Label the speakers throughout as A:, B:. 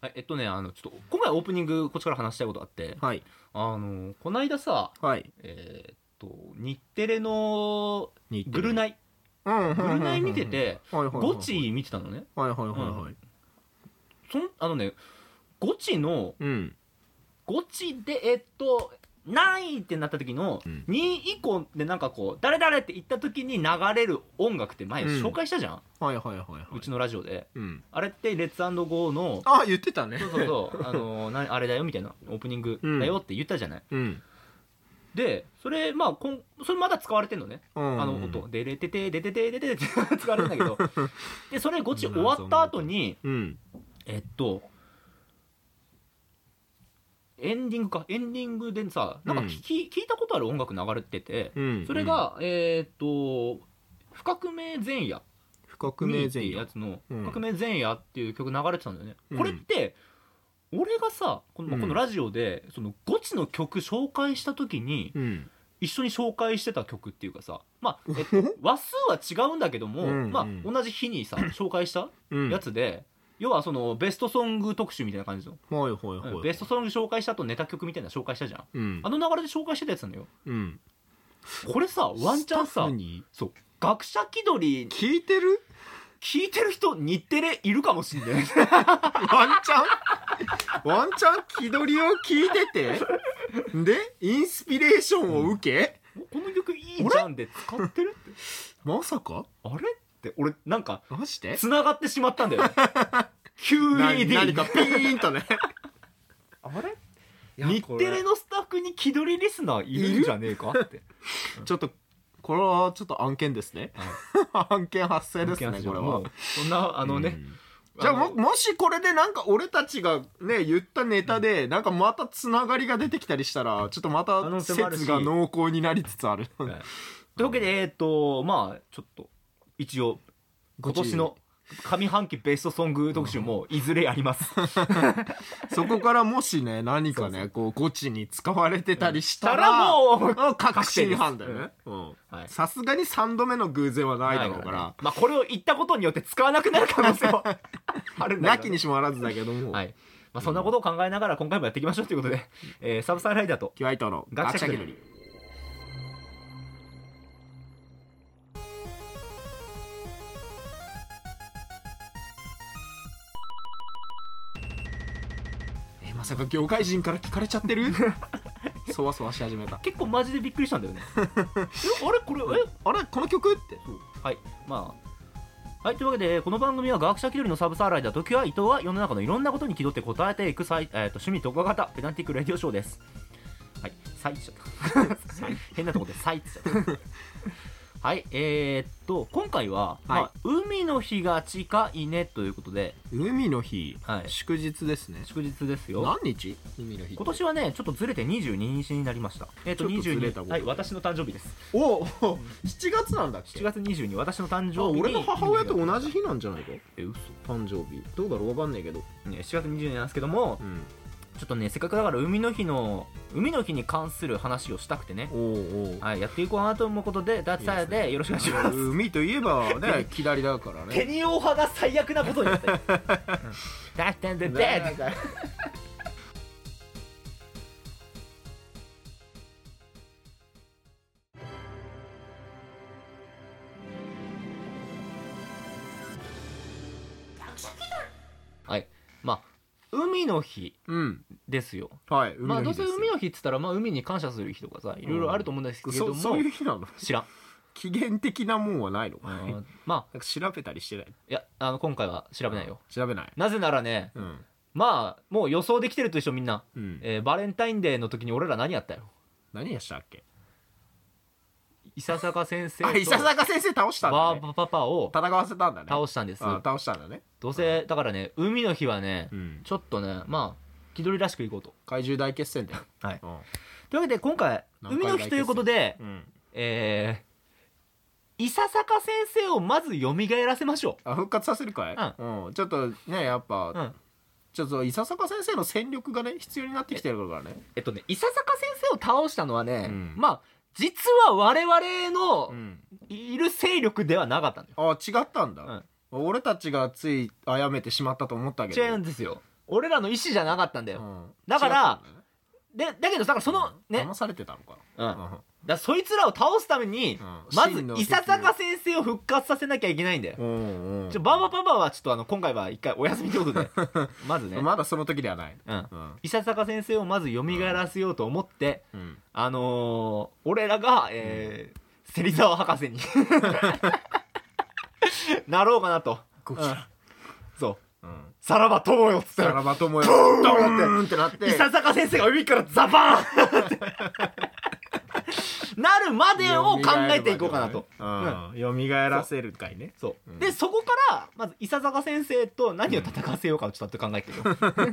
A: はい、えっとねあのちょっと今回オープニングこっちから話したいことあって
B: はい
A: あのこないださ
B: はい
A: えーっと日テレのブル
B: イ
A: ナイ
B: ブ
A: ブルナイ見ててゴ
B: ゴ
A: チ見てたのね
B: はいはいはいはい
A: そんあのねゴチの
B: うん
A: ゴチでえっと何位ってなった時の
B: うん
A: 2位以降でなんかこう誰々って言った時に流れる音楽って前
B: うん
A: 紹介したじゃん、
B: はいはいはいはいう
A: ちのラジオで
B: うん
A: あれってレッツゴーの
B: あ言ってたね
A: そうそう そう、あのーなあれだよみたいな、オープニングだよって言ったじゃない。
B: うん
A: で、それ、まあこん、それまだ使われてんのね、
B: あ
A: あの音、でれてて、でてて、でててって使われるんだけど、で、それ、ゴチ終わった後に、
B: うん
A: えっと、エンディングか、エンディングでさ、なんか聞き、聞いたことある音楽流れてて、
B: うん
A: それが、えーっと、不革命前夜
B: 不革命
A: って
B: 前
A: いうや
B: 夜
A: つの
B: う
A: 「
B: ん
A: 革命前夜」っていう曲流れてたんだよね、
B: うん
A: これって俺がさこの,まあ、
B: うん
A: このラジオでそのゴチの曲紹介した時に
B: うん
A: 一緒に紹介してた曲っていうかさまあ、えっ と、話数は違うんだけども、
B: うん
A: ま
B: う
A: あ、
B: ん
A: 同じ日 にさ紹介した
B: うん
A: やつで、要はそのベストソング特集みたいな感じの、
B: はいはいはいはい
A: ベストソング紹介した後ネタ曲みたいなの紹介したじゃん
B: うん
A: あの流れで紹介してたやつなんだよ
B: うん
A: これさワンチャン
B: スタッ
A: さ
B: フに
A: そう学者気取り
B: 聞いてる
A: 聞いてる人日テレいるかもしん ない
B: ワンチャン ワンチャン気取りを聞いててでインスピレーションを受け
A: おこの曲いいじゃんで使ってる って
B: まさか
A: あれって俺なんか
B: マジで
A: 繋がってしまったんだよね
B: な何
A: QED
B: かピーンとね
A: あれ
B: いや
A: 日
B: こ
A: テ
B: れ
A: レのスタッフに気取りリスナーいるんじゃねえか って
B: ちょっとこれはちょっと案件ですね 案件発生ですねこれ
A: も
B: は
A: うそんなあのね、
B: うんじゃあ
A: の
B: ももしこれでなんか俺たちがね言ったネタでなんかまたつながりが出てきたりしたらちょっとま
A: 可
B: た
A: 能性もあるし
B: 説が濃厚になりつつあ る
A: はいというわけでえっ、とまあちょっと一応今年の上半期ベストソング特集もいずれやり ます
B: そこからもしね何かねこうゴチに使われてたりした
A: たら
B: ら
A: もう
B: うん確信犯だよねうん
A: はい
B: さすがに3度目の偶然はないだろうから
A: まあこれを言ったことによって使わなくなる可能性 もあるんだ
B: な
A: けどね
B: きにしもあらずだけども
A: はい。まあ、そんなことを考えながら今回もやっていきましょうということで、えーサブサーライダーと、
B: キュアイトの
A: 学
B: 学
A: 者
B: 者
A: 気
B: 気
A: 取り
B: 取りえまさか業界人から聞かれちゃって るそわそわし始めた
A: 結構マジでびっくりしたんだ よね。え、あれこれ、え
B: あれこの曲って
A: はい。まあ。はい。というわけで、この番組は学者気取りのサブサーライダーときは伊藤は世の中のいろんなことに気取って答えていく最、えー、と趣味特化型ペダンティックレディオショーです。はい。サイって言っちゃった 変なとこでサイって言っちゃった。はい。えー、っと、今回は、まあ
B: は
A: 海の日が近いねということで、
B: 海の日、
A: はい
B: 祝日ですね
A: 祝日ですよ。
B: 何日海の日
A: 今年はねちょっとずれて22日になりましたえっ、と
B: ちょっとずれ
A: 22
B: たこと
A: はい私の誕生日です
B: おお7月なんだっけ
A: 7月22日私の誕生日
B: あ
A: に
B: 俺の母親と同じ日なんじゃないか
A: え嘘
B: 誕生日どうだろうわかんねえけど
A: ね7月22日なんですけども
B: うん
A: ちょっとねせっかくだから海の日の海の日に関する話をしたくてね
B: おうおう
A: はいやっていこうかなと思うことで脱サヤでよろしくお願いします
B: 海といえば ね左だから
A: ペ
B: ね
A: ニオ派が最悪なことになったようん ダッダンダンダン
B: なんか
A: はいまあ海の日
B: うん
A: ですよ
B: はい
A: まあどう
B: 海の日
A: せ
B: ですよ
A: 海の日っつったら、まあ、海に感謝する日とかさいろいろあると思うんですけれども、
B: そそういう日なの
A: 知らん
B: 起源的なもんはないの
A: う
B: かなん
A: まあ
B: んか調べたりしてない
A: いやあの今回は調べないよ
B: 調べない
A: なぜならね
B: うん
A: まあもう予想できてると一緒みんな、
B: うん
A: えーバレンタインデーの時に俺ら何やったよ
B: 何やしたっけ
A: 伊佐坂先生
B: あ伊
A: と
B: 佐坂先生倒したんだ
A: バ
B: ね
A: ーバパパを
B: 戦わせたんだね
A: 倒したんです
B: あ倒したんだね
A: どうせだからね海の日はね、
B: うん
A: ちょっとねまあ気取りらしくいこうと、
B: 怪獣大決戦だよ
A: はい、
B: うん
A: というわけで今回
B: 南
A: 海の
B: 海
A: 日ということで
B: うん
A: えー、伊佐坂先生をまず蘇らせましょ
B: あ復活させるかい、
A: うん
B: ちょっとねやっぱ、
A: う、うん、
B: ちょっと伊佐坂先生の戦力がね必要になってきてるからね
A: えっとね伊佐坂先生を倒したのはね、
B: うん
A: まあ実は我々の
B: ん
A: いる勢力ではなかったんだよ
B: あ違ったんだ、俺たちがついあやめてしまったと思ったけど
A: 違うんですよ俺らの意思じゃなかったんだ
B: う
A: よ、
B: ん
A: だから
B: 違ったのね
A: でだけどだからそのね、
B: 騙されてたのか
A: うん、だか
B: な
A: らそいつらを倒すために、
B: うん
A: ま
B: 真の
A: ず
B: 敵
A: 伊佐坂先生を復活させなきゃいけないんだよ、
B: うんうん
A: ちょバーバパパはちょっとあの今回は一回お休みって ことでまずね、
B: まだその時ではない
A: うん、
B: うん
A: 伊佐坂先生をまず蘇らせようと思って、
B: うん
A: あのー俺らが、えー芹沢博士 になろうかなと、
B: こち
A: うん
B: ら
A: そう
B: うん
A: さらば友よっつった
B: さ
A: ら
B: らばともよドーンってなって
A: 伊佐坂先生が海からザバー ンなるまでを考えていこうかなと。
B: よみがえらせるかいね
A: そううんでそこからまず伊佐坂先生と何を戦わせようかをちょっと考えてる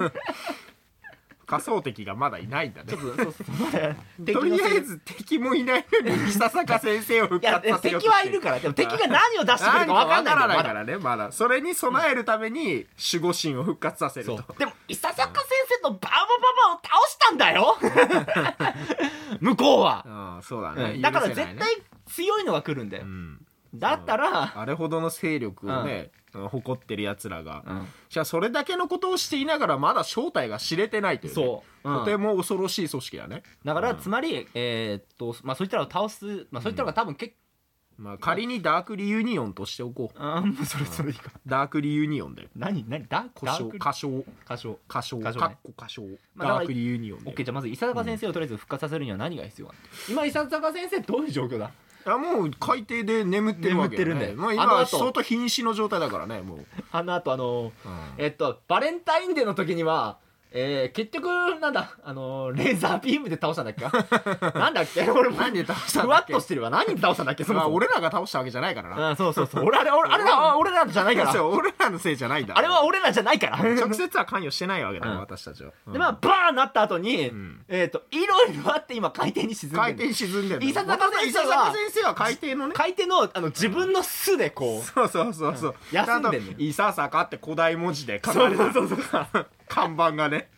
A: よ、
B: 仮想敵がまだいないんだねと
A: と
B: りあえず敵もいないのに久坂先生を復
A: いや
B: 活
A: で
B: さ
A: も
B: せよう
A: 敵
B: とし
A: は
B: て
A: いるから でも敵が何を出してくるか
B: わ
A: 分かんない
B: からない
A: ま
B: か
A: だ
B: らねまだそれに備えるために守護神を復活させる
A: そ
B: と
A: うでも伊佐坂先生とバーバパパを倒したんだよ 向こうは、
B: うんそうだ
A: う
B: ね
A: んだから
B: 許
A: 絶
B: せない
A: 対
B: ね
A: 強いのが来るんだよ、
B: うん
A: だったら、
B: あれほどの勢力をね誇ってる奴らが
A: うん
B: じゃあそれだけのことをしていながらまだ正体が知れてないというね
A: そう、うん
B: とても恐ろしい組織だね
A: だから、
B: うん
A: つまり、えーっと、まあ、そいつらを倒す、まあ、そいつらが多分結
B: まあ仮にダークリユニオンとしておこう
A: 構、あん、もうそれそれいいか。
B: ダークリユニオンだよ
A: 何、何、ダーク
B: 故障
A: ダー
B: 歌唱
A: ク歌唱。
B: 歌唱
A: 歌唱ね
B: かっこ歌唱
A: まあだから
B: ダークリユニオンだ
A: オ
B: よ
A: ッケーじゃあまず伊佐坂先生をとりあえず復活させるには何が必要か、今伊佐坂先生どういう状況だ
B: いやもう海底で眠ってるわけ
A: 眠ってる
B: ね
A: んだよ
B: もう
A: あの
B: 今
A: 後
B: 相当瀕死の状態だからねもう
A: あのあとあの
B: うん
A: えっとバレンタインデーの時にはえー、結局なんだあのレーザービームで倒したんだっ けかなんだっけ俺も
B: 何で倒したん
A: ふ
B: だ
A: わ
B: っ
A: っ
B: け
A: としてるわ何で倒したんだっけそも
B: まあ
A: そも
B: 俺らが倒したわけじゃないからな
A: うんそうそうそう俺あれ俺あれだあ俺らじゃないから
B: そう俺らのせいじゃないんだ
A: あれ は俺らじゃないから
B: 直接は関与してないわけだ
A: うん
B: よ私たちは
A: でまあバーンなった後に、
B: ん
A: えっ、といろいろあって今海底に沈んで
B: 海
A: る
B: 底に沈んでる
A: 伊佐坂先生は
B: 伊佐坂先生は海底のね
A: 海底のあの自分の巣でこう
B: そうそうそうそう
A: うん休んでんのよ
B: ちゃと伊佐坂って古代文字で書かれた
A: そうそう
B: 看板が ね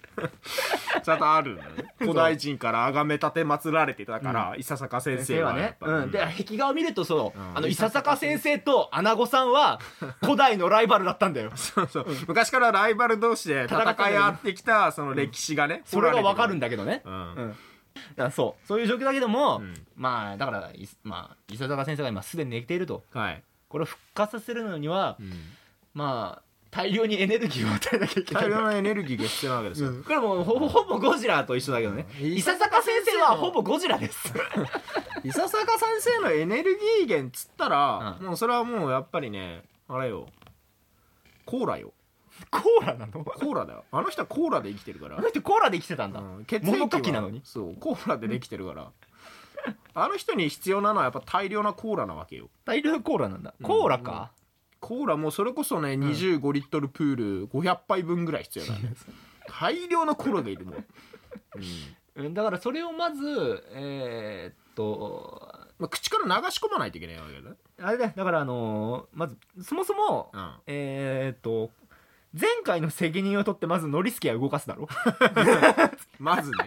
B: ちゃんとあるのよね古代人から崇め立て祀られてたから伊佐坂先生はやっぱ
A: うん、で壁画を見るとそう、
B: うん
A: あの伊佐坂先生と穴子さんは古代のライバルだったんだよ
B: そうそう昔からライバル同士で戦い合ってきたその歴史がね、
A: それがわかるん
B: だ
A: だけどね、
B: う
A: うん
B: ん、
A: だからそうそういう状況だけども、
B: うん
A: まあだからいまあ、伊佐坂先生が今すでに寝ていると
B: はい、
A: これを復活させるのには、
B: うん、
A: まあ大量にエネルギーを与えなきゃいけない
B: 大量のエネルギーが必要なわけですよ、
A: これもうほほぼゴジラと一緒だけどね、
B: うん
A: 伊佐坂先生はほぼゴジラです
B: 伊佐坂先生のエネルギー源っつったら、
A: うん
B: もうそれはもうやっぱりねあれよコーラよ
A: コーラなの
B: コーラだよあの人はコーラで生きてるから
A: あの人コーラで生きてたんだ、
B: うん血液
A: 物書
B: は
A: きなのに
B: そうコーラでできてるからあの人に必要なのはやっぱ大量なコーラなわけよ
A: 大量のコーラなんだコーラか、
B: コーラもうそれこそね25リットルプール500杯分ぐらい必要だよね大量のコーラがいるもん、うん
A: うんだからそれをまずえーっと
B: まあ、口から流し込まないといけないわけだね、
A: あれだよだからあのーまずそもそも
B: うん、
A: えーっと前回の責任を取ってまずノリスケは動かすだろ
B: まずね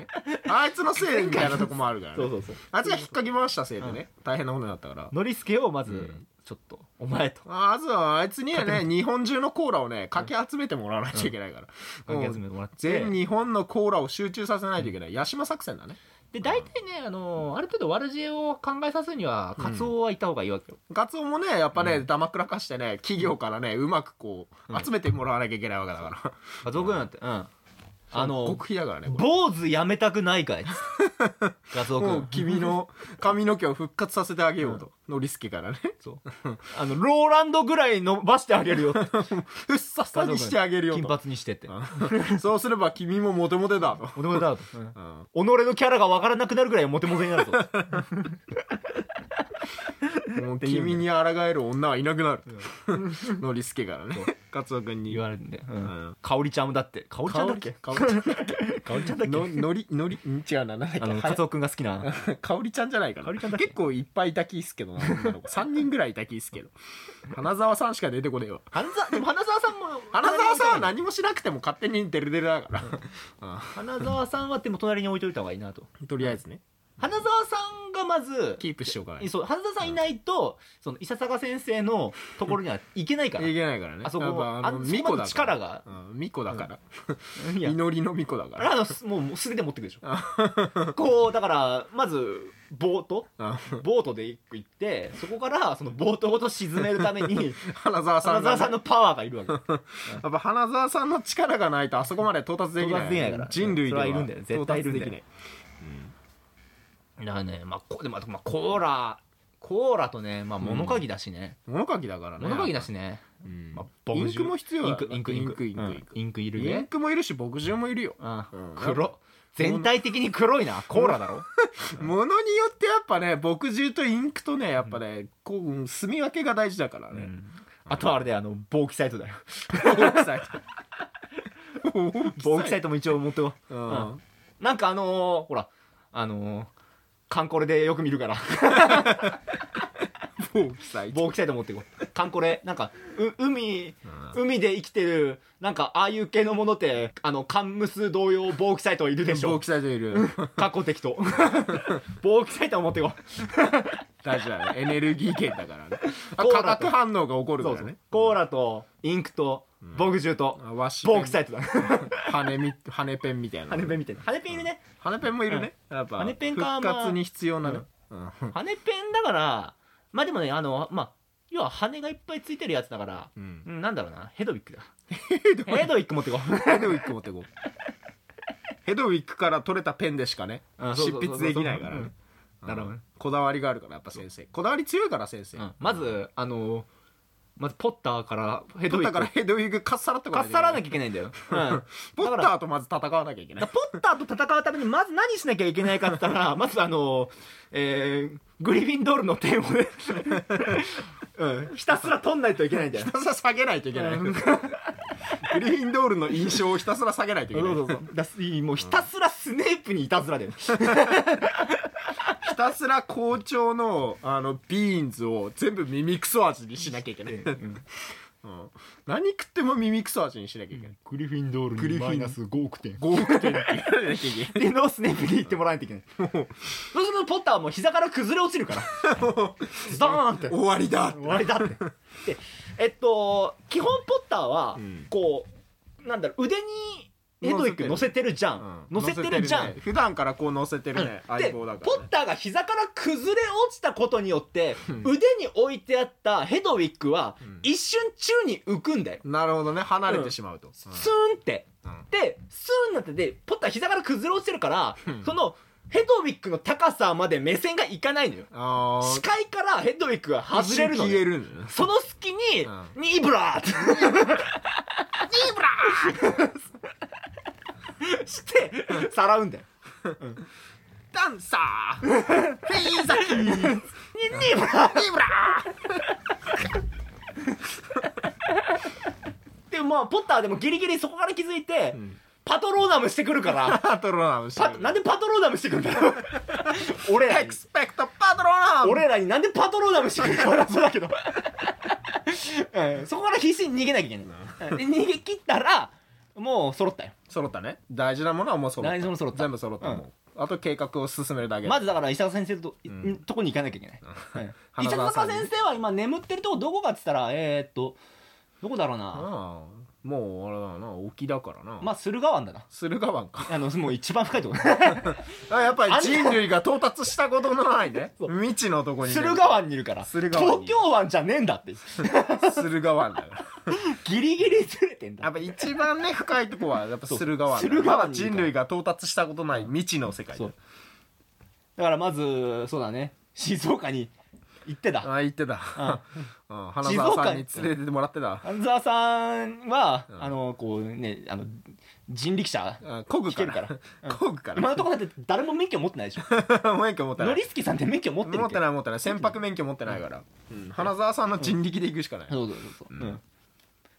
B: あいつのせいみたいなとこもあるから、ね、
A: そうそう
B: あいつが引っかき回したせいでね、大変なことになったから
A: ノリスケをまず、
B: うん
A: ちょっとお前と
B: まずはあいつにはね日本中のコーラをねかき集めてもらわないといけないから、
A: かき
B: もう
A: 集めてもらって
B: 全日本のコーラを集中させないといけない八島作戦だね
A: で大体ね、あのーある程度悪知恵を考えさせるにはカツオはいた方がいいわけよ、
B: ガツオもねやっぱね黙らかしてね企業からねうまくこ
A: う
B: うん集めてもらわなきゃいけないわけだから
A: カツオ君なんてうんあの
B: 極秘だからねこれ
A: 坊主やめたくないかい カツオ
B: もう
A: 君
B: 君の髪の毛を復活させてあげようとノリスケからね
A: そうあのローランドぐらい伸ばしてあげるよ
B: ふっさっさにしてあげるよ
A: 金
B: と
A: 髪にしてって
B: そうすれば君もモテモテだと、
A: モテモテだと、うん
B: うん
A: 己のキャラがわからなくなるぐらいモテモテになるぞ
B: もう君に抗える女はいなくなる。 ノリスケからね。カツオ君に
A: 言われるんで、うん
B: うん
A: 香織ちゃんもだって香織ちゃんだっけ
B: 香織
A: 香織ちゃんだっけ
B: ののりのりん違うななんだっけ
A: あの
B: は
A: カ
B: や
A: ツオ君が好きな
B: 香織ちゃんじゃないか
A: 香
B: な
A: 織ちゃんだっけ
B: 結構いっぱいいたきっすけどな女の子3人ぐらいいたきっ すけど花澤さんしか出てこねえわ
A: 花沢でも花沢さんも
B: 花澤さんは何もしなくても勝手にデルデルだから
A: 花沢さんはでも隣に置いといた方がいいなと
B: とりあえずね
A: 花沢さんんがまず、
B: キープしようかない。い
A: そう、半沢さんいないと、その、伊佐坂先生のところには行けないから。
B: けないからね。
A: あそこ
B: やっぱ
A: あそこまで力が。
B: うん、巫女だから。
A: いや
B: 祈りの巫女だか
A: あ
B: ら。
A: れはすもうもう素手で持ってくでし ょこうだからまずボート
B: あ
A: ボートで行ってそこからそのボートごと沈めるため に
B: 花沢さ
A: 花
B: ん
A: 澤
B: がね
A: さんのパワーがいるわけ
B: やっぱ花沢さんの力がないとあそこまで到達できな
A: 到
B: い
A: 達できないから
B: 人類では
A: それはいるんだよ絶対いるんだよ
B: 到達できない
A: だからねまあこでもあとまあコーラコーラとねまあ物鍵だしね、
B: 物書きだからね
A: 物鍵だしね、
B: うん
A: まあ、
B: インクも必要だ
A: イ
B: よ
A: ンクインクインク
B: インクインクインク
A: うんインクいる
B: イン
A: ね
B: クもいるし墨汁もいるよ
A: ああ
B: うん
A: 黒全体的に黒いなコーラだろ
B: ものによってやっぱね墨汁とインクとねやっぱねこううん墨分けが大事だから
A: う
B: ね
A: んあとはあれであの防気サイトだよ
B: 大きさ
A: 防気サイトも一応持ってこ
B: う
A: うんうなんかあのーほらあのーカンコレでよく見るから
B: 大きさ
A: 防気サイト持ってこ うカンコレなんかう海
B: うん
A: 海で生きてるなんかああいう系のものってあのカンムス同様防気サイトいるでし
B: 大
A: ょ
B: きさといる
A: 過去的 と防気サイトを持ってこ
B: 大事だねエネルギー源だからねあ
A: コー
B: 化
A: ラと
B: 学反応が起こ
A: う
B: る
A: そう
B: から
A: そう
B: ね
A: コーラとインクと墨汁と
B: あ和紙ペン
A: 防気サイトだ
B: 羽み羽ペンみたいな
A: 羽ペンみたいな羽ペンいるね
B: 羽ペンもいるね、やっぱ
A: 羽ペンか
B: 復活に必要なね、うん
A: 羽ペンだからまあでもねあのまあ要は羽がいっぱいついてるやつだから
B: うん
A: うんなんだろうなヘドウィックだ
B: ヘドウィ
A: ヘドウィック持ってこう
B: ヘドウィック持ってこうヘドウィックから取れたペンでしかね
A: あそうそうそう
B: 執
A: そう
B: 筆できないから
A: う
B: ね、
A: んなるほどね
B: こだわりがあるからやっぱ先生こだわり強いから先生、
A: うんまずあのまずポッターからヘドウィッ
B: だ
A: ク
B: からヘドウィックかっさらってこ
A: かっさらな
B: き
A: きゃいけないんだよ、 うん
B: ポッターとまず戦わなきゃいけない
A: だからポッターと戦うためにまず何しなきゃいけないかって言った らまずあの、えー、グリフィンドールの点をね、 うん、ひたすら取んないといけないんだよ
B: ひたすら下げないといけない、
A: うん
B: グリフィンドールの印象をひたすら下げないとい
A: そ
B: け
A: う
B: ない
A: そうそうだしもうひたすらスネープにいたずらだよ、
B: ひたすら校長のあのビーンズを全部耳クソ味にしなきゃいけない、
A: うん
B: うん何食っても耳クソ味にしなきゃいけない、
A: グリフィンドール
B: グリフィン
A: 5億点
B: 5億点って言わなきゃいけな
A: で
B: い
A: のをスネープに行ってもらわないといけないそうするとポッターはもう膝から崩れ落ちる からズドーンって
B: 終わりだ
A: 終わりだってでえっと基本ポッターは
B: うん
A: こう、なんだろう腕にヘドウィック乗せてるじゃん乗せてるじゃん、
B: ね普段からこう乗せてるね、
A: で、
B: 相棒
A: ポ
B: だ
A: ッ
B: から、ね、
A: ターが膝から崩れ落ちたことによって、
B: うん
A: 腕に置いてあったヘドウィックは、
B: うん
A: 一瞬宙に浮くんだよ。
B: なるほどね離れてしまうと、うん
A: スーンって。
B: うん
A: で、スーンなってで、ポッター膝から崩れ落ちてるから、
B: うん
A: その、ヘドウィックの高さまで目線がいかないのよ。
B: あ
A: 視
B: ー
A: 界からヘドウィックが外れるの
B: 一瞬消え
A: よ。
B: るの
A: その隙に、
B: う
A: ニーブラーって。ニーブラーして、さらうんだよ。
B: ダンサーフェイザキーニ
A: ニーブラー
B: ブラ
A: でもまあポッターでもギリギリそこから気づいて、
B: ん
A: パトローナムしてくるから
B: ーパトロナムして
A: パ
B: る
A: なんでパトローナムしてくるんだよ俺ら
B: エ
A: に
B: クスペクトパトロナム
A: 俺らになんでパトローナムしてくるか笑 そうだけど、うんそこから必死に逃げなきゃいけない、で逃げ切ったらもう揃ったよ
B: 揃ったね大事なものはもう揃った
A: 大事なもの揃った
B: 全部揃った、
A: うん
B: もうあと計画を進めるだけ
A: まずだから伊佐先生と、い
B: うん
A: とこに行かなきゃいけない、うん伊
B: 花
A: 佐
B: 澤さん
A: 坂
B: に
A: 先生は今眠ってるとこどこかっつったらえー、っとどこだろう
B: あ
A: な、
B: あもうあれだな沖だからな、
A: まあ駿河湾だな
B: 駿河湾か
A: あのもう一番深い とこ
B: あやっぱり人類が到達したことのないね
A: そう
B: 未知のとこにね
A: 駿河湾にいるから
B: 駿河湾に
A: 東京湾じゃねえんだって
B: 駿河湾だから
A: ギリギリずれてん
B: やっ
A: だ
B: ぱ一番ね深いとこはやっぱ
A: そう
B: 駿河湾だ
A: 駿河湾
B: まだ人類が到達したことない未知の世界
A: そうだからまずそうだね静岡に行ってだ
B: あ言ってた うん花
A: 静
B: 澤
A: 岡
B: さ
A: に
B: んに連れてってもらってた
A: 安沢さんは、
B: ん
A: あのこうねあの人力 車
B: うん漕ぐか
A: 引けるから
B: ら漕ぐか
A: 今の
B: ら
A: ところだって誰も免許持ってないでしょ
B: 免許持ってな
A: ノリ
B: い
A: スキさんって免許持ってる
B: 持って
A: い
B: ない持ってない船舶免許持ってないからうん花澤さんの人力で行くしかない
A: そうそうそうそう、
B: うん
A: うん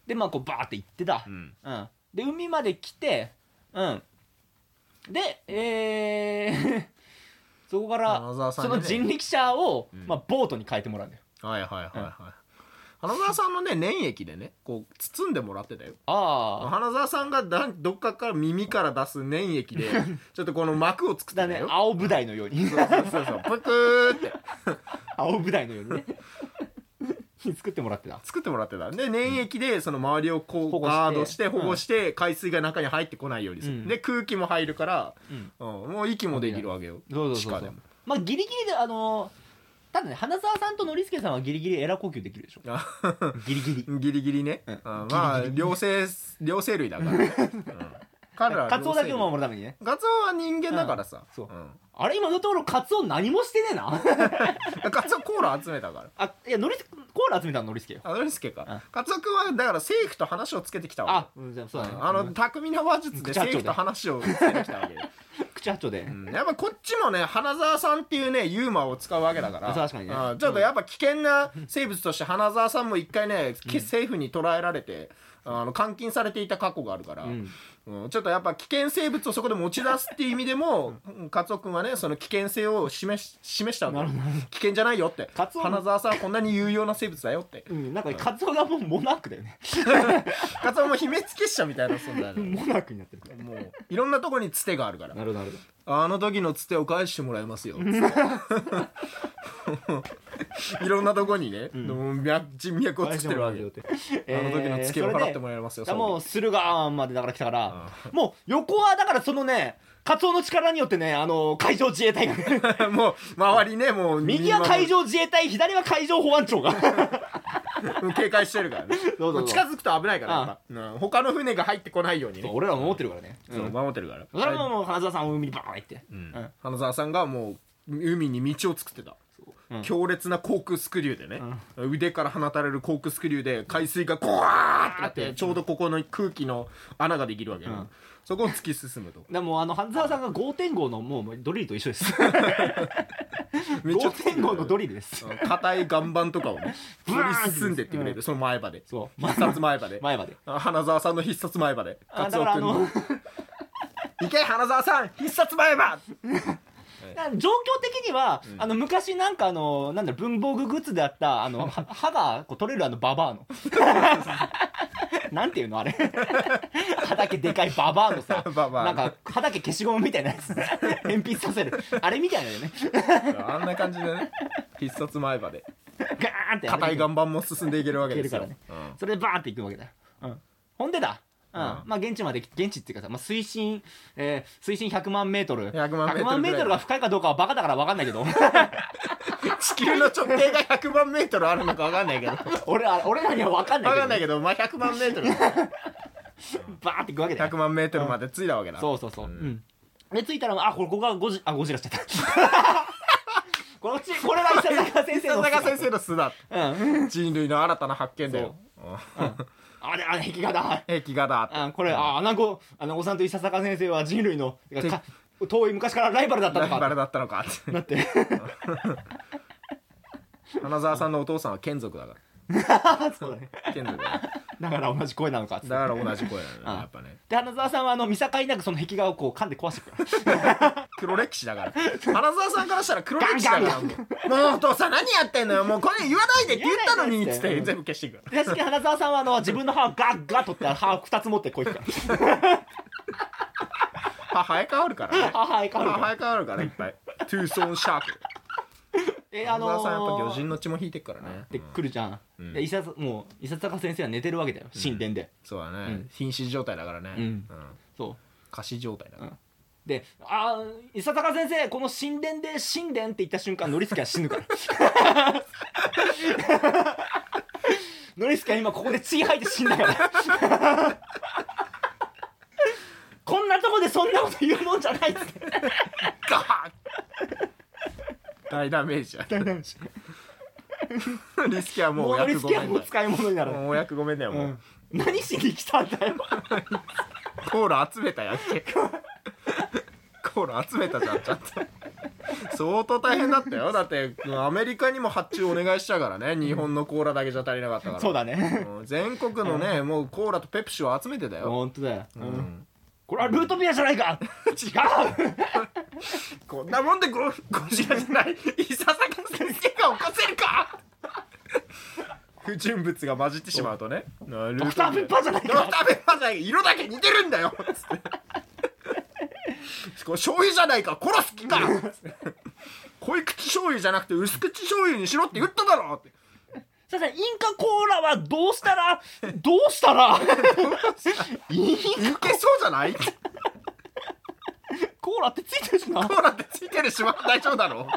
A: でまあこうバーって行ってだ、
B: うん
A: うん、で海まで来てうんでえー そこから
B: 花澤さん
A: そ
B: にね
A: の人力車を、
B: ん
A: まあ、ボートに変えてもらうんだよ
B: はいはいはいはい花澤さんのね粘液でねこう包んでもらってたよ
C: あ
B: 花澤さんがだどっかから耳から出す粘 液でちょっとこの膜を作ってた
A: だね
B: よ、
A: 青舞台のように
B: そうそうそうプクーって
A: 青舞台のようにね 作ってもらってた
B: 作ってもらってたで粘液でその周りをこ
A: 保
B: う
A: 護して
B: ガードして
A: うん
B: 保護して海水が中に入ってこないようにする、
A: うん
B: で空気も入るから、
A: うん
B: うん、もう息もできるわけよ
A: そうそうそう
B: 地下
A: そ
B: で
A: う
B: も
A: まあギリギリであのただね花澤さんとノリスケさんはギリギリエラ呼吸できるでしょ
B: あ
A: ギリギリ
B: ギリギリね、
A: うん
B: あまあ
A: ギリギリ
B: 両生両生類だから、うん、彼らは両生類
A: カツオだけを守るためにね
B: ガツオは人間だからさ、
A: んそうんあれ今のところカツオ何もしてねえな
B: ガツオコーラ集めたから
A: あいやノリスコーラ集めたのノリスケよ
B: あノリスケか、
A: うん
B: カツオ君はだから政府と話をつけてきたわ
A: あうんじゃあ
B: け
A: そうだね
B: あの巧みな話術で
A: 口八丁で
B: 政府と話をつけてきたわ けよ、
A: 口八丁で、
B: うんやっぱこっちもね花澤さんっていうねユーモアを使うわけだから、
A: うん確かにね
B: うんちょっとやっぱ危険な生物として花澤さんも一回ね、け政府に捕らえられてあの監禁されていた過去があるから、
A: うん
B: うんちょっとやっぱ危険生物をそこで持ち出すっていう意味でも、うんカツオ君はね、その危険性を示し示したわけよ
A: なる
B: 危険じゃないよって。
A: カツオ
B: 花澤さんはこんなに有用な生物だよって。
A: うん、なんかカツオがもうモナークだよね。
B: カツオも秘密結社みたいな存在だよ
A: モナークになってる。
B: もう、いろんなとこにツテがあるから。
A: なるほど、なるほ
B: あの時のツテを返してもらいま すよ。いろんなとこにね、
A: ん
B: もう脈人脈
A: ど。
B: を作ってるわけよ。あの時のツケを払ってもらいますよ。
A: だからもう駿河湾までだから来たから、
B: う
A: もう横はだからそのねカツオの力によってねあの海上自衛 隊が
B: そうもう、周りね、もう、
A: 右は海上自衛隊左は海上保安庁が
B: うん警戒してるからね
A: どうぞどうぞ
B: もう近づくと危ないからやっぱうん他の船が入ってこないようにね
A: 俺らも守ってるからね、う、
B: そうん守ってるから
A: それはもうもう花澤さんを海にバーン行って、
B: う
A: うんん
B: 花澤さんがもう海に道を作ってた
A: うん
B: 強烈なコークスクリューでね、腕から放たれるコークスクリューで海水がゴワーってなってちょうどここの空気の穴ができるわけよ、
A: うん
B: そこを突き進むと
A: でもあの花澤さんが5.5のもうドリルと一緒です
B: めっちゃ
A: 5.5のドリルです
B: うん硬い岩盤とかを ね
A: ブ
B: 掘
A: ワーン
B: り進んでってくれる、その前歯で
A: そうま
B: 必殺前歯で
A: 前まで
B: あ花澤さんの必殺前歯で
A: あ
B: カ
A: だ
B: ツ
A: か
B: オ
A: らあ
B: 君
A: の
B: のいけ花澤さん必殺前歯
A: だから状況的には、あの昔なんかあのなんだろう文房具グッズであったあ のは歯がこう取れるあのババアのなんていうのあれ 歯だけでかいババアのさ
B: ババア
A: なんか歯だけ消しゴムみたいなやつ 鉛筆させるあれみたいなよね
B: あんな感じでね必殺前歯で
A: ガーンってやる
B: 硬い岩盤も進んでいけるわけですよ、
A: いけるそれでバーンっていくわけだよ、うん、ほんでだうん
B: うん
A: まあ現地まで現地っていうかさ、まあ、水深、えー水深100万メートル
B: 100万メートルぐらい
A: メートルが深いかどうかはバカだから分かんないけ ど
B: うん地球の直径が100万メートルあるのか分かんないけど分
A: 俺ら俺らには分かんないけど
B: かんないけどまあ100万メートル
A: バーンっていくわけだよ
B: 100万メートルまで着いたわけだ
A: そうそうそう。うん。で、着いたら、あ、これ、ここがゴジ、あ、ゴジラしちゃった。 こっち、これが伊佐坂先生
B: 田
A: の。
B: 中先生の巣だ
A: うん。
B: 人類の新たな発見だようん
A: あれ、あれ、壁画だ。
B: 壁画だ
A: うん、これ、あ、穴子、穴子さんと伊佐坂先生は人類の、てかか遠い昔からライバルだった
B: ラ
A: の
B: イバ
A: か。
B: ルだったのかって
A: なって。
B: 花澤さんのお父さんは眷属だか
A: そうだね。
B: ら眷属だから
A: だから同じ声なのかっつって。
B: だから同じ声だよね
A: あ
B: やっぱね
A: で、花澤さんは、あの、見境なくその壁画をこう 噛んで壊してくから。
B: 黒歴史だから花澤さんからしたら黒歴史だからもうもうお父さん何やってんのよもうこれ言わないでって言ったのにっ
A: 言
B: つ
A: わ
B: っ
A: ないでって
B: て全部消していくから
A: で確かに花澤さんは、あの、自分の歯をガッガッとって、歯を2つ持ってこう いくから。
B: 歯生え変わるからね
A: 歯、歯、いか
B: 歯
A: わるから。
B: 生え変わるからいっぱいトゥーソンシャーク
A: え、あ
B: 花
A: のー
B: 澤さんやっぱ魚人の血も引いてっからね
A: で来るじゃん、
B: うん
A: で伊佐もう伊佐坂先生は寝てるわけだよ神殿で、
B: そうだ
A: う
B: ね
A: ん
B: 瀕死状態だからね
A: うん
B: うん
A: そう
B: 過死状態だから
A: で「ああ伊佐坂先生この神殿で神殿」って言った瞬間ノリスケは死ぬから ノリスケは今ここで血吐いて死んだから こんなとこでそんなこと言うもんじゃないっすね
B: ガーッ大ダメージだ リスケはも
A: も
B: う
A: う
B: お
A: ノリ
B: 役
A: ス
B: ご
A: ケ
B: め
A: は
B: ん
A: もう
B: だよ
A: 使い物にならない、
B: もうお役ごめんだよも
A: う
B: うん
A: 何しに来たんだよ
B: コーラ集めたやんけコーラ集めたじゃんちゃんと相当大変だ ったよだってアメリカにも発注お願いしたからね日本のコーラだけじゃ足りなかったか ら
A: そうだね
B: うん全国のね、もうコーラとペプシを集めてた よ、
A: 本当だよ、う
B: うん
A: ん、これはルートビアじゃない か違う
B: こんなもんでゴゴジラじゃない伊佐坂先生が起こせるか不純物が混じってしまうとねなるほど
A: ドクターペッパーじゃない
B: ド
A: か
B: クターペッパーじゃない色だけ似てるんだよつってこれ醤油じゃないか殺す気かつって濃い口醤油じゃなくて薄口醤油にしろって言っただろって
A: 先生インカコーラはどうした らどうしたら イン
B: いけそうじゃない
A: コーラってついてるしな
B: コーラってついてるしま大丈夫だろ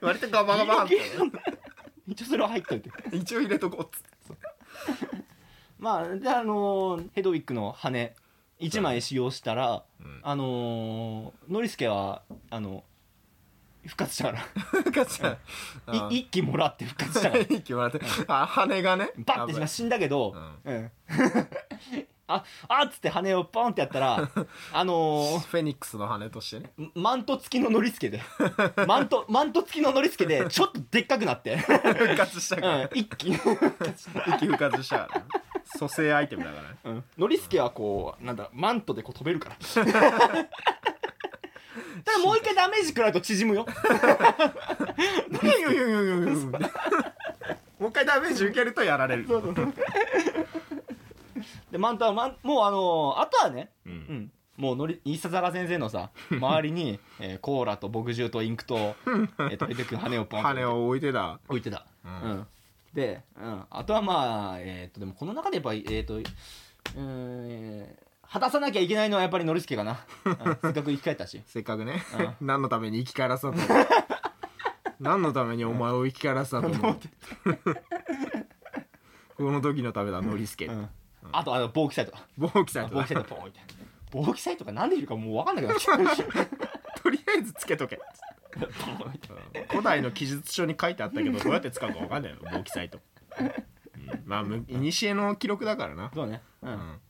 B: 割とガバガバって
A: 一応それは入っといて
B: 一応入れとこうっつって
A: まあであのーヘドウィックの羽1枚使用したら、
B: うん
A: あのーノリスケはあの復活したか
B: なんかさ
A: らい一気もらって復活した から
B: いってもらってあ羽がね
A: バッてしま死んだけど、うん ああっつって羽をポンってやった らあの
B: フェニックスの羽として ね
A: ーマント付きのノリスケでマントマント付きのノリスケでちょっとでっかくな って、
B: 復活したか
A: う
B: ら
A: ん、一気に
B: 息復活したから蘇生アイテムだからね
A: うん、ノリスケはこうなんだマントでこう飛べる からただもう一回ダメージ食らうと縮 むよ
B: いやいやいやいやいやいや もう一回ダメージ受けるとやられる
A: でマントはマンもうあのーあとはね、
C: う
A: うんん、もうのり伊佐原先生のさ周りに、えーコーラと墨汁とインクとえっと出てくる羽をポン
B: 羽
A: と
B: を置いてた
A: 置いてた、
B: う
A: うんんで、うん、あとはまあえーっとでもこの中でやっぱりえーっとうーんえー果たさなきゃいけないのはやっぱりノリスケかな、うん、せっかく生き返ったし
B: せっかくね
A: う
B: 何のために生き返らせたと思う 何のためにお前を生き返らせたと思うこの時のためだノリスケ
A: うんあとあの防気サイト
B: ボーキさんと
A: 防
B: だ
A: 気サイトポーンって防気サイトが何でいるかもう分かんなくなっちゃう
B: とりあえずつけとけうん古代の記述書に書いてあったけどどうやって使うか分かんないのボーキサイトうんまあむ古の記録だからな
A: そうねう、
B: うんん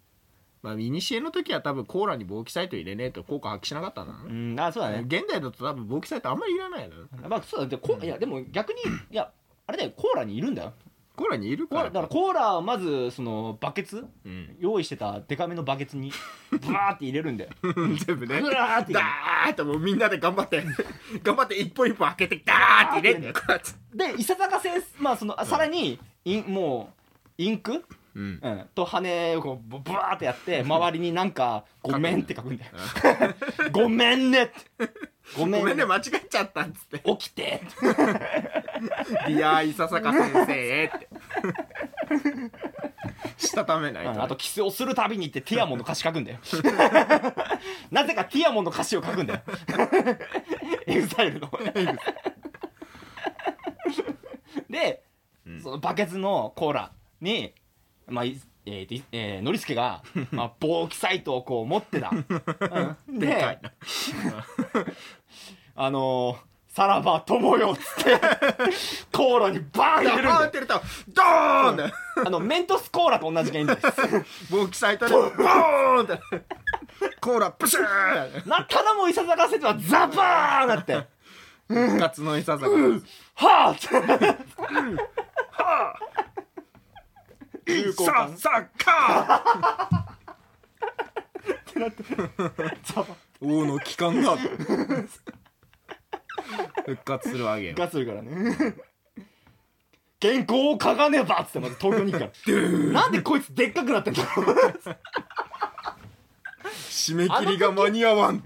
B: まあ古の時は多分コーラにボーキサイト入れねえと効果発揮しなかったんだな
A: うん、あそうだね
B: 現代だと多分ボキサイトあんまりいらないのよ
A: まあそうだでこいやでも逆にいやあれだよコーラにいるんだよ
B: コーラにいる
A: コ
B: か
A: ー
B: ら
A: ラだからコーラをまずそのバケツ
B: うん
A: 用意してたデカめのバケツにブワーって入れるんだよ
B: 全部ね
A: ブワーって入れ
B: ダ
A: る
B: ーッともうみんなで頑張って頑張って一本一本開けてダーッて入れんだよこうやって
A: で伊佐坂先生まあそのあさらにインもうインク、
B: うん
A: うん、と羽をこうブブワーってやって周りになんか「ごめん」って書くんだよ「 ごめんね」って「ごめ
B: ご
A: ん
B: めん
A: ね
B: ね間違っちゃったっつって
A: 起きて」って
B: 「リアー伊佐坂先生 へ」ってしたためないと、
A: うんあとキスをするたびにってティアモンの歌詞書くん だよなぜかティアモンの歌詞を書くん だよエグザイルので、そのバケツのコーラに、まあいえーといえー、ノリスケ が、まあ、防気サイトをこう持ってた、うん、
B: でか
A: で
B: いな
A: あのーさらば友よっつ ってコーラにバーン入れるん
B: ダ
A: だ
B: ーンっ
A: よ
B: て入れたらドーンって
A: あのメントスコーラと同じ原理です
B: ボキサイトでボーンってコーラプシュー
A: なただもういささかせてはザバーンなって
B: 復活の伊佐坂
A: はぁって
B: 伊
A: 有効
B: 佐
A: 感
B: 坂
A: ザバーン
B: 王の帰還が復活するわけよ
A: がするからね原稿を書かねばっつってまず東京に行 くからなんでこいつでっかくなってんだろう
B: 締め切りが間に合わん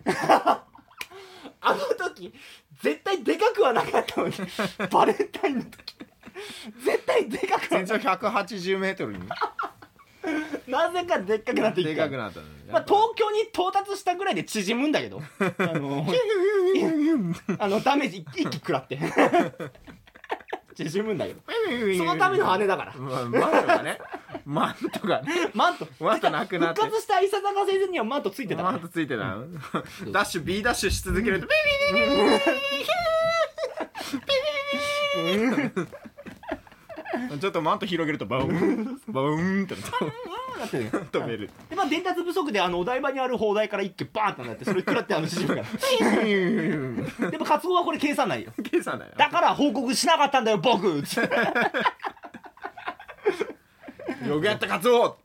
A: あの時絶対でかくはなかったのにバレンタインの時絶対でかくは
B: 全長180メートルに
A: なぜかでっかくなってい
B: で
A: った
B: かくなったのに
A: まあ、東京に到達したぐらいで縮むんだけど あのあのダメージ一気食らって 縮むんだけどそのための羽だから
B: まあマントがねマントがね
A: マント
B: マントなくなって
A: 復活した伊佐坂先生にはマントついてたか
B: マ
A: ら
B: ントついてたのダッシュ B ダッシュし続けるとビビビビちょっとマント広げるとバウンバウンって
A: うんなってる
B: 止める
A: でまあ伝達不足であのお台場にある砲台から一挙バーンってなってそれ食らってあの縮むか
B: 計
A: ら でもカツオはこれ計算ないよ
B: 算だよ
A: だから報告しなかったんだよ僕 つって
B: よくやったカツオ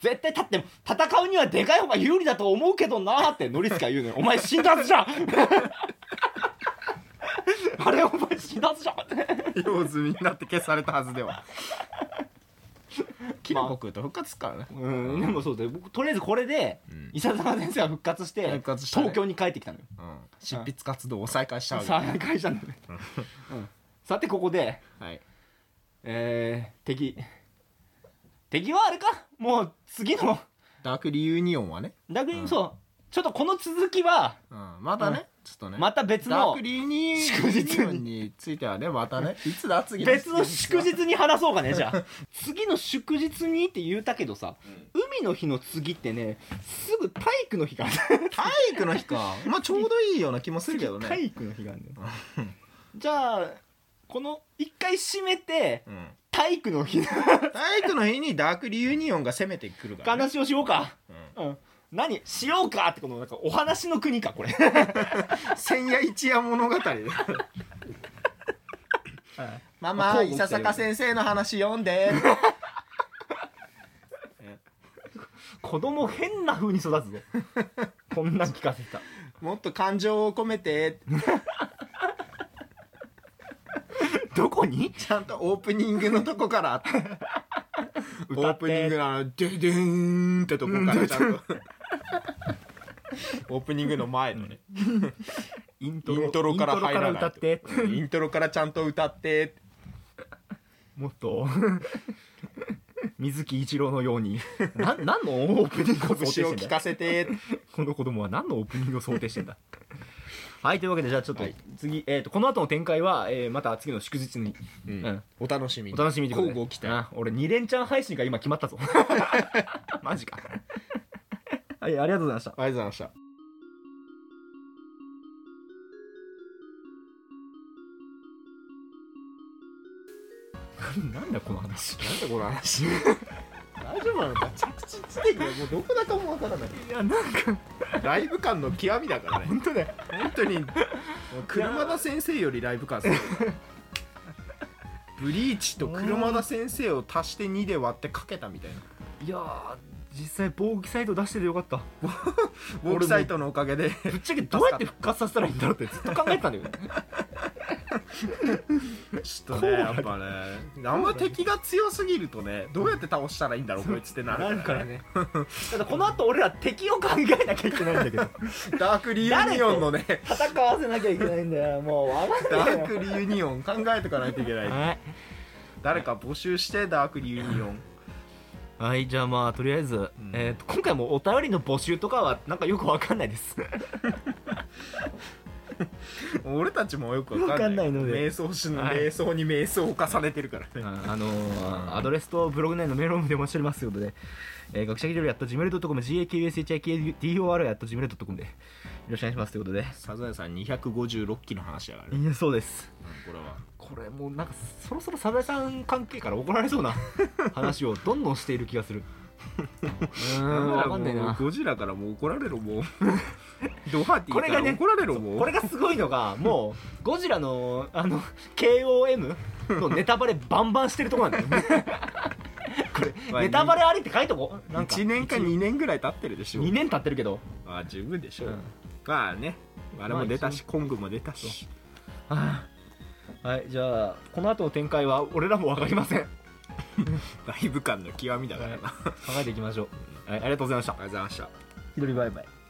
A: 絶対立っても戦うにはでかい方が有利だと思うけどなーってノリスカ言うのよお前死んだはずじゃん あれお前死なずじゃんって
B: 用済みになって消されたはずではキノコ食うと復活すっからね、
A: うんでもそうだよ僕とりあえずこれで
B: うん
A: 伊佐坂先生は復活して
B: 復活したね
A: 東京に帰ってきたのよ
B: うん、執筆活動を再開したわけ
A: さあ会社なのね、うん、さてここで
B: はい
A: えー、敵敵はあれかもう次の
B: ダークリユニオンはね、
A: ダグリ
B: うん
A: そうちょっとこの続きは
B: うん、まだね、
A: うん
B: ちょっとね
A: また別
B: ダー
A: の
B: クリニ
A: 祝日
B: ユニオンについてはねまたねいつだ次
A: 別の祝日に話そうかねじゃ あ次の祝日にって言うたけどさ、海の日の次ってねすぐ体育の日がある
B: 体育の日かまあちょうどいいような気もするけど ね
A: 体育の日があるんだよじゃあこの一回締めて
B: うん、
A: 体育の日の
B: 体育の日にダークリユニオンが攻めてくるから、ね
A: 話をしようか、
B: う
A: うん、何しようかってこのなんかお話の国かこれ
B: 千夜一夜物 語でマ
A: まあこ
B: マ
A: うも
B: 伊佐坂先生の話読ん で
A: 子供変な風に育つ ぞこんなん聞かせた
B: もっと感情を込めて
A: どこに
B: ちゃんとオープニングのとこからオ
A: 歌
B: ー
A: って
B: プニングのあのデデーンってとこからちゃ んとオープニングの前のね
A: イン
B: イントロから入らな
A: イ
B: い
A: ントロから歌って
B: イントロからちゃんと歌って
A: もっ と水木一郎のよう にな何のオープニングを想定
B: 腰
A: して
B: を
A: ん
B: 聞
A: だ
B: かせて
A: この子供は何のオープニングを想定してん だはいというわけでじゃあちょっと
B: はい
A: 次、えー、とこの後の展開は、えーまた次の祝日に
B: うんお楽しみに
A: お楽しみということで
B: 交互期待
A: あ俺2連チャン配信が今決まったぞ マジか はいありがとうございました
B: ありがとうございました
A: なんだこの話
B: なんでこの話大丈夫なのか着地地点がもうどこだかもわからない
A: いやなんか
B: ライブ感の極みだからね
A: 本当だよ
B: 本当にもう車田先生よりライブ感すごいブリーチと車田先生を足して2で割ってかけたみたいない
A: やー実際防御サイト出しててよかった
B: ウォークサイトのおかげで
A: ぶっちゃけどうやって復活させたらいいんだろうってずっと考えてたんだよね
B: ちょっとねやっぱねあんま敵が強すぎるとねどうやって倒したらいいんだろうこいつってなるからね
A: ねただこの後俺ら敵を考えなきゃいけないんだけど
B: ダークリユニオンのね
A: 戦わせなきゃいけないんだよもう分
B: ダ
A: かん
B: ークリユニオン考えてかないといけない
A: はい、
B: 誰か募集してダークリユニオン
A: はい、じゃあまあとりあえず、
B: ん
A: えーと今回もお便りの募集とかはなんかよくわかんないです
B: 俺たちもよくわかんない
A: わかんないので
B: 瞑想しの
A: はい
B: 瞑想に瞑想を重ねてるからね
A: ああのー、アドレスとブログ内のメールもでもしておりますということで、えー、学者気取りやっと gmail.com gakushikdor やっと gmail.com でよろしくお願いしますということで
B: サザエさん256期の話やからね、
A: いやそうです
B: これは
A: これもうなんかそろそろサザエさん関係から怒られそうな 話をどんどんしている気がするうーんわかんないな
B: ゴジラからもう怒られるもうドハーティーか
A: これが
B: ら
A: ね
B: 怒られるもう
A: これがすごいのがもうゴジラのあの KOM のネタバレバンバンしてるとこなんだよ こ
B: まあ
A: れネタバレありって書いとこうなんか
B: 1年か2年ぐらい経ってるでしょ
A: 2年経ってるけど、
B: ああ十分でしょ、
A: うん
B: まあねあれも出たしコングも出たし
A: はあはいじゃあこの後の展開は俺らも分かりま せん考
B: ライブ感の極みだからな、
A: えていきましょう、はい、ありがとうございました
B: ありがとうございました
A: ひどりバイバイ